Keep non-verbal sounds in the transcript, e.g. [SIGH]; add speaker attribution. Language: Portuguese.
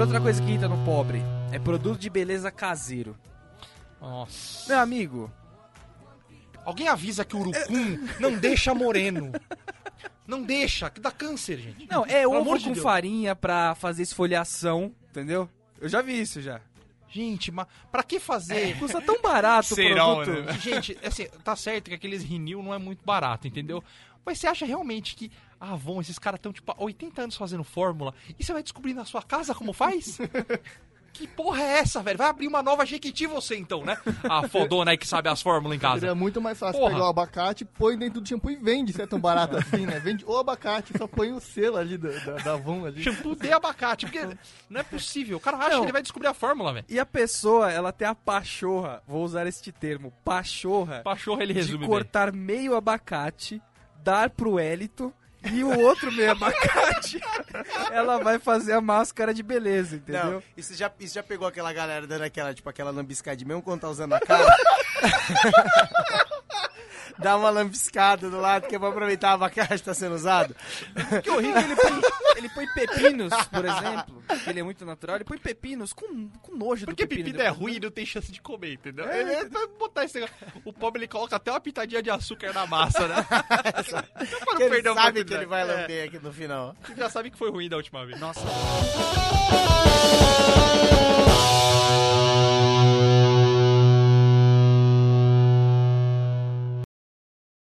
Speaker 1: outra coisa que irrita no pobre. É produto de beleza caseiro.
Speaker 2: Nossa.
Speaker 1: Meu amigo,
Speaker 2: Alguém avisa que o urucum não deixa moreno. Não deixa, que dá câncer, gente.
Speaker 1: não, é
Speaker 2: Pelo
Speaker 1: ovo
Speaker 2: amor de
Speaker 1: com
Speaker 2: Deus.
Speaker 1: farinha pra fazer esfoliação, entendeu? Eu já vi isso já.
Speaker 2: Gente, mas pra que fazer?
Speaker 1: Custa tão barato o
Speaker 3: Serão,
Speaker 1: produto.
Speaker 3: né?
Speaker 2: Gente, assim, tá certo que aqueles rinil não é muito barato, entendeu? Mas você acha realmente que a Avon, esses caras estão tipo há 80 anos fazendo fórmula e você vai descobrir na sua casa como [LAUGHS] faz? que porra é essa, velho? Vai abrir uma nova Jequiti você então, né? A fodona aí que sabe as fórmulas em
Speaker 4: Seria
Speaker 2: casa.
Speaker 4: muito mais fácil
Speaker 2: Porra.
Speaker 4: pegar o abacate, põe dentro do shampoo e vende, se é
Speaker 2: [LAUGHS]
Speaker 4: tão barato assim, né? Vende o abacate, só põe o selo ali da, da, da Avon ali.
Speaker 2: Shampoo de abacate, porque não é possível. O cara acha que ele vai descobrir a fórmula, velho.
Speaker 1: E a pessoa, ela tem a pachorra, vou usar este termo, pachorra,
Speaker 2: Pachorra, ele
Speaker 1: de
Speaker 2: resume bem.
Speaker 1: cortar meio abacate, dar pro hélito e o outro meio abacate. [LAUGHS] ela vai fazer a máscara de beleza, entendeu?
Speaker 5: Não, isso já, isso já pegou aquela galera dando aquela, tipo, aquela lambiscadinha, mesmo quando tá usando a cara. [LAUGHS] Dá uma lambiscada do lado, que é pra aproveitar a abacate que tá sendo usado.
Speaker 1: [LAUGHS] Que horrível, ele põe, ele põe pepinos, por exemplo, que ele é muito natural, ele põe pepinos com, com nojo
Speaker 3: Porque
Speaker 1: do pepino.
Speaker 3: pepino é ruim e não tem chance de comer, entendeu? Ele é pra botar esse negócio. O pobre ele coloca até uma pitadinha de açúcar na massa,
Speaker 2: [LAUGHS]
Speaker 3: né? Então, pra não
Speaker 5: Porque ele
Speaker 3: perder a
Speaker 5: sabe
Speaker 3: oportunidade.
Speaker 5: que ele vai
Speaker 3: É,
Speaker 5: lamber aqui no final.
Speaker 3: ele já sabe que foi ruim da última vez.
Speaker 1: Nossa.